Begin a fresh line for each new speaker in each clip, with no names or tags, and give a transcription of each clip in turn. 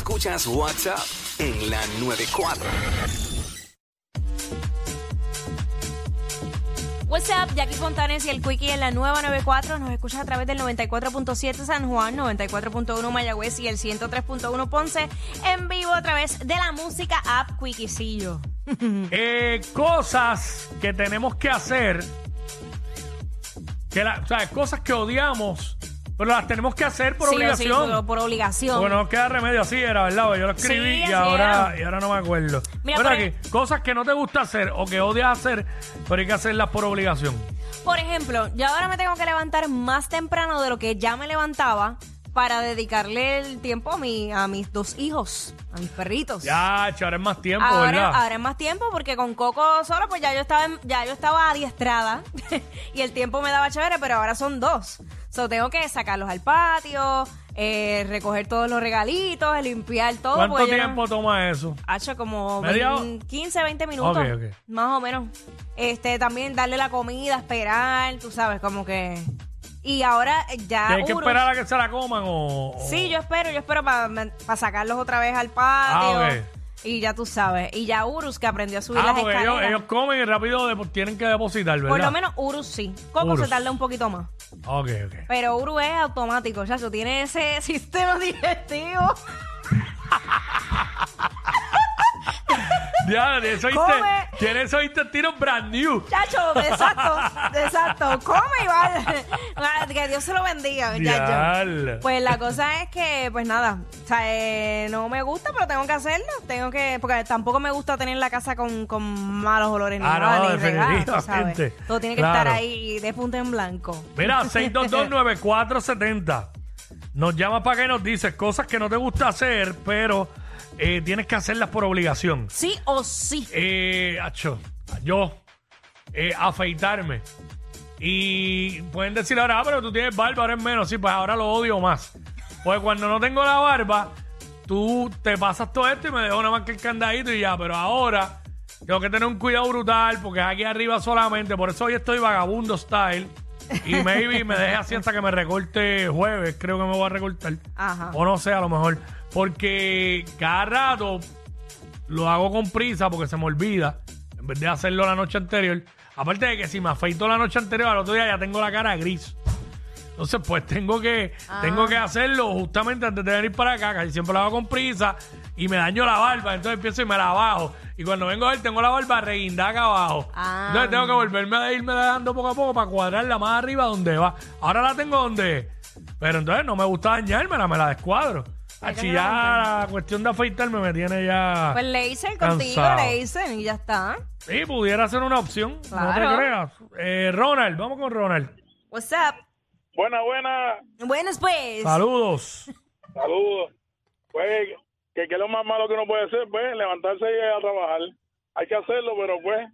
Escuchas WhatsApp en la 94.
What's up, Jackie Fontanes y el Quickie en la nueva 94. Nos escuchas a través del 94.7 San Juan, 94.1 Mayagüez y el 103.1 Ponce en vivo a través de la música app Quickiecillo.
Eh, cosas que tenemos que hacer. Que la- o sea, cosas que odiamos, pero las tenemos que hacer por
Sí, o sí,
obligación.
por, por obligación.
porque no queda remedio, así era, ¿verdad? Pues Yo lo escribí
Sí,
y,
así
ahora,
era.
y ahora no me acuerdo.
Mira,
Bueno,
por e-
aquí, cosas que no te gusta hacer o que odias hacer, pero hay que hacerlas por obligación.
Por ejemplo, yo ahora me tengo que levantar más temprano de lo que ya me levantaba para dedicarle el tiempo a, mi, a mis dos hijos, a mis perritos.
Ya, che, ahora es más tiempo, ¿verdad?
Ahora, ahora es más tiempo porque con Coco solo pues ya yo estaba en- ya yo estaba adiestrada y el tiempo me daba chévere, pero ahora son dos. So tengo que sacarlos al patio, eh, recoger todos los regalitos, limpiar todo.
¿Cuánto
porque oh, pues yo no-
tiempo toma eso?
Hacho, como
¿Media hora?
20, 15, 20 minutos.
Ok, ok.
Más o menos. Este, también darle la comida, esperar, tú sabes, como que. Y ahora eh, ya.
¿Que hay que
Urus-
esperar a que se la coman o...? o-
Sí, yo espero, yo espero para sacarlos otra vez al patio.
Ah, ok.
Y ya tú sabes. Y ya Urus que aprendió a subir
Ah,
las
porque ellos,
escaleras.
ellos comen y rápido depo- tienen que depositar, ¿verdad?
Por lo menos Urus sí. Coco
Urus.
se tarda un poquito más.
Ok, ok.
Pero Urus es automático, chacho. Tiene ese sistema digestivo.
Ya, de eso
Come.
inte- tiene esos intestinos brand new.
Chacho, exacto, exacto. Come y vale. Ah, Que Dios se lo bendiga, chacho.
Dial.
Pues la cosa es que, pues nada, o sea, eh, no me gusta, pero tengo que hacerlo. Tengo que, porque tampoco me gusta tener la casa con, con malos olores ni
Ah,
nada,
no,
ni regadas, tú sabes.
definitivamente.
Todo tiene que
Claro.
estar ahí de punta en blanco.
Mira, 6229470. Nos llama para que nos dices cosas que no te gusta hacer, pero eh, tienes que hacerlas por obligación.
Sí o sí.
Eh, acho, yo, eh, afeitarme. Y pueden decir ahora, ah, pero tú tienes barba, ahora es menos. Sí, pues ahora lo odio más. Porque cuando no tengo la barba, tú te pasas todo esto y me dejo nada más que el candadito y ya. Pero ahora tengo que tener un cuidado brutal porque es aquí arriba solamente. Por eso hoy estoy vagabundo style. Y maybe me deje así hasta que me recorte jueves. Creo que me voy a recortar.
Ajá.
O no sé, a lo mejor. Porque cada rato lo hago con prisa porque se me olvida, en vez de hacerlo la noche anterior. Aparte de que si me afeito la noche anterior, al otro día ya tengo la cara gris. Entonces, pues tengo que, tengo que hacerlo justamente antes de venir para acá. Casi siempre lo hago con prisa y me daño la barba. Entonces empiezo y me la bajo. Y cuando vengo a ver, tengo la barba reguindada acá abajo.
Ah.
Entonces tengo que volverme a irme dando poco a poco para cuadrarla más arriba donde va. Ahora la tengo donde es. Pero entonces no me gusta dañármela, me la descuadro.
Hay que
Así ya la cuestión de afeitarme me tiene ya...
Pues le hice contigo,
Cansado.
le hice y ya está.
Sí, pudiera ser una opción. No
Claro.
te creas. Eh, Ronald, vamos con Ronald.
What's up?
Buena, buena.
Buenos pues.
Saludos.
Saludos. Pues, que, que es lo más malo que uno puede hacer, pues, levantarse y ir a trabajar. Hay que hacerlo, pero pues,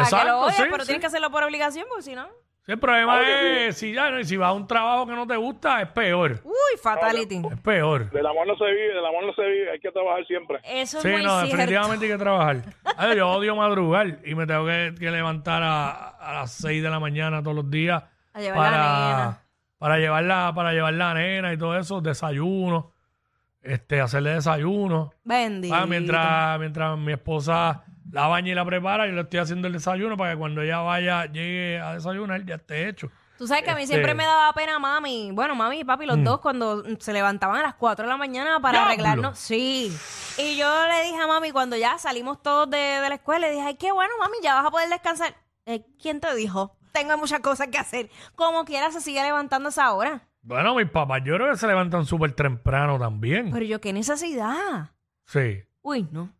O sea, que lo odias,
sí,
pero
sí.
tienes que hacerlo por obligación, porque si no.
Sí, el problema
Claro que
es si, ya, no, y si vas a un trabajo que no te gusta, es peor.
Uy, fatality.
Es peor.
del amor no se vive, del amor no se vive, hay que trabajar siempre.
Eso es
Sí,
muy
no,
cierto.
definitivamente hay que trabajar. Ay, yo odio madrugar y me tengo que, que levantar a, a las 6 de la mañana todos los días
A llevar la
para,
nena.
para, llevar la, para llevar la nena y todo eso, desayuno, este, hacerle desayuno.
Bendito.
Ah, mientras, mientras mi esposa la baña y la prepara, yo le estoy haciendo el desayuno para que cuando ella vaya, llegue a desayunar, ya esté hecho.
Tú sabes que a mí
Este- Mm.
siempre me daba pena mami, bueno, mami y papi, los dos cuando se levantaban a las 4 de la mañana para
¡Diablo!
arreglarnos. Sí. Y yo le dije a mami cuando ya salimos todos de, de la escuela, le dije, ay, qué bueno, mami, ya vas a poder descansar. "Eh, ¿Quién te dijo? Tengo muchas cosas que hacer. Como quiera, se sigue levantando a esa hora.
Bueno, mis papás, yo creo que se levantan súper temprano también.
Pero yo, qué necesidad.
Sí,
Uy, no.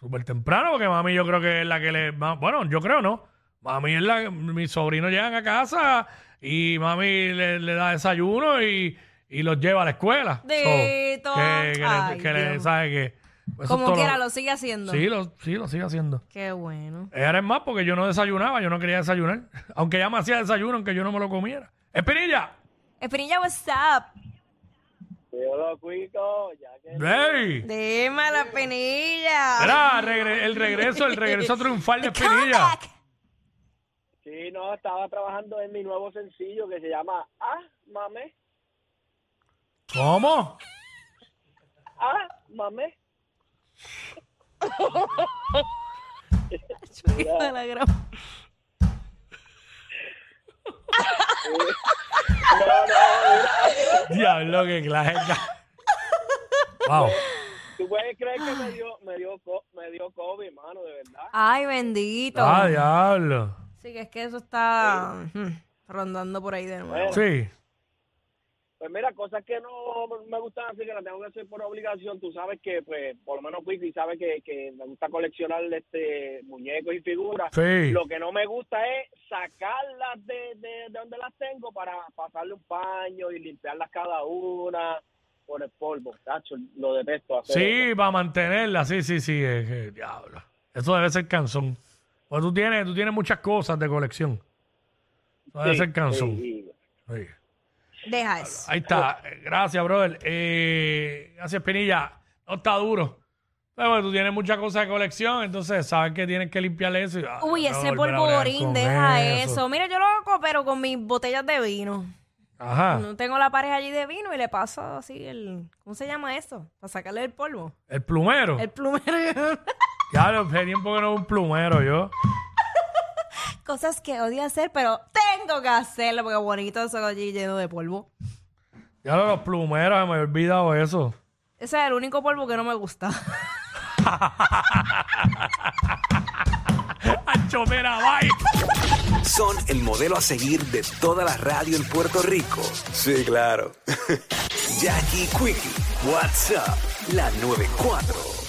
súper temprano, porque mami yo creo que es la que le... ma- Bueno, yo creo no. Mami es la... Mis sobrinos llegan a casa y mami le, le da desayuno y, y los lleva a la escuela. So,
Dito.
que, que le-
Ay,
que le-
Dios.
sabe que... pues, eso es
Como
todo
quiera, lo sigue haciendo.
Sí, lo, sí, lo sigue haciendo.
Qué bueno.
Era es más porque yo no desayunaba, yo no quería desayunar. Aunque ya me hacía desayuno, aunque yo no me lo comiera. ¡Espinilla!
Espinilla, what's up?
Yo cuico, ya que...
¡Ey!
Dime la Espinilla.
Era regre- el regreso, el regreso triunfal de Espinilla.
Comeback.
Sí, no, estaba trabajando en mi nuevo sencillo que se llama Ah, mame.
¿Cómo?
ah, mamé.
Hijo de la gran-
Diablo, que clase. de ca- Wow.
¿Tú puedes creer que me dio, me dio, co- me dio COVID, mano, de verdad?
Ay, bendito.
Ah, diablo.
Sí, que es que eso está ujú, rondando por ahí de nuevo.
Sí.
Pues mira, cosas que no me gustan así, que las tengo que hacer por obligación. Tú sabes que, pues, por lo menos Quickie sabe que, que me gusta coleccionar este muñecos y figuras.
Sí.
Lo que no me gusta es sacarlas de, de, de donde las tengo para pasarle un paño y limpiarlas cada una por el polvo. Tacho, lo detesto hacer. eso.
Sí, para mantenerla, sí, sí, sí. eh, eh, diablo. Eso debe ser canzón. Pues tú tienes, tú tienes muchas cosas de colección. Eso debe
Sí,
ser canzón.
sí.
Sí.
Deja eso.
Ahí está. Eh, Gracias, brother. Eh, gracias, Pinilla. No está duro. Pero bueno, tú tienes muchas cosas de colección, entonces sabes que tienes que limpiarle eso. y, ah,
Uy,
no
ese
volver a bregar
polvorín,
con
deja eso. Mira, yo lo coopero con mis botellas de vino.
Ajá.
No tengo la pareja allí de vino y le paso así el. ¿Cómo se llama eso? Para sacarle el polvo.
El plumero.
El plumero.
Diablo, hace tiempo que no veo un plumero yo.
Cosas que odio hacer, pero tengo que hacerlo porque bonito eso allí lleno de polvo.
Diablo, los plumeros, se me había olvidado eso.
Ese es el único polvo que no me gusta.
¡Ancho, mira, bye!
Son el modelo a seguir de toda la radio en Puerto Rico. Sí, claro. Jackie Quickie, WhatsApp, la 94.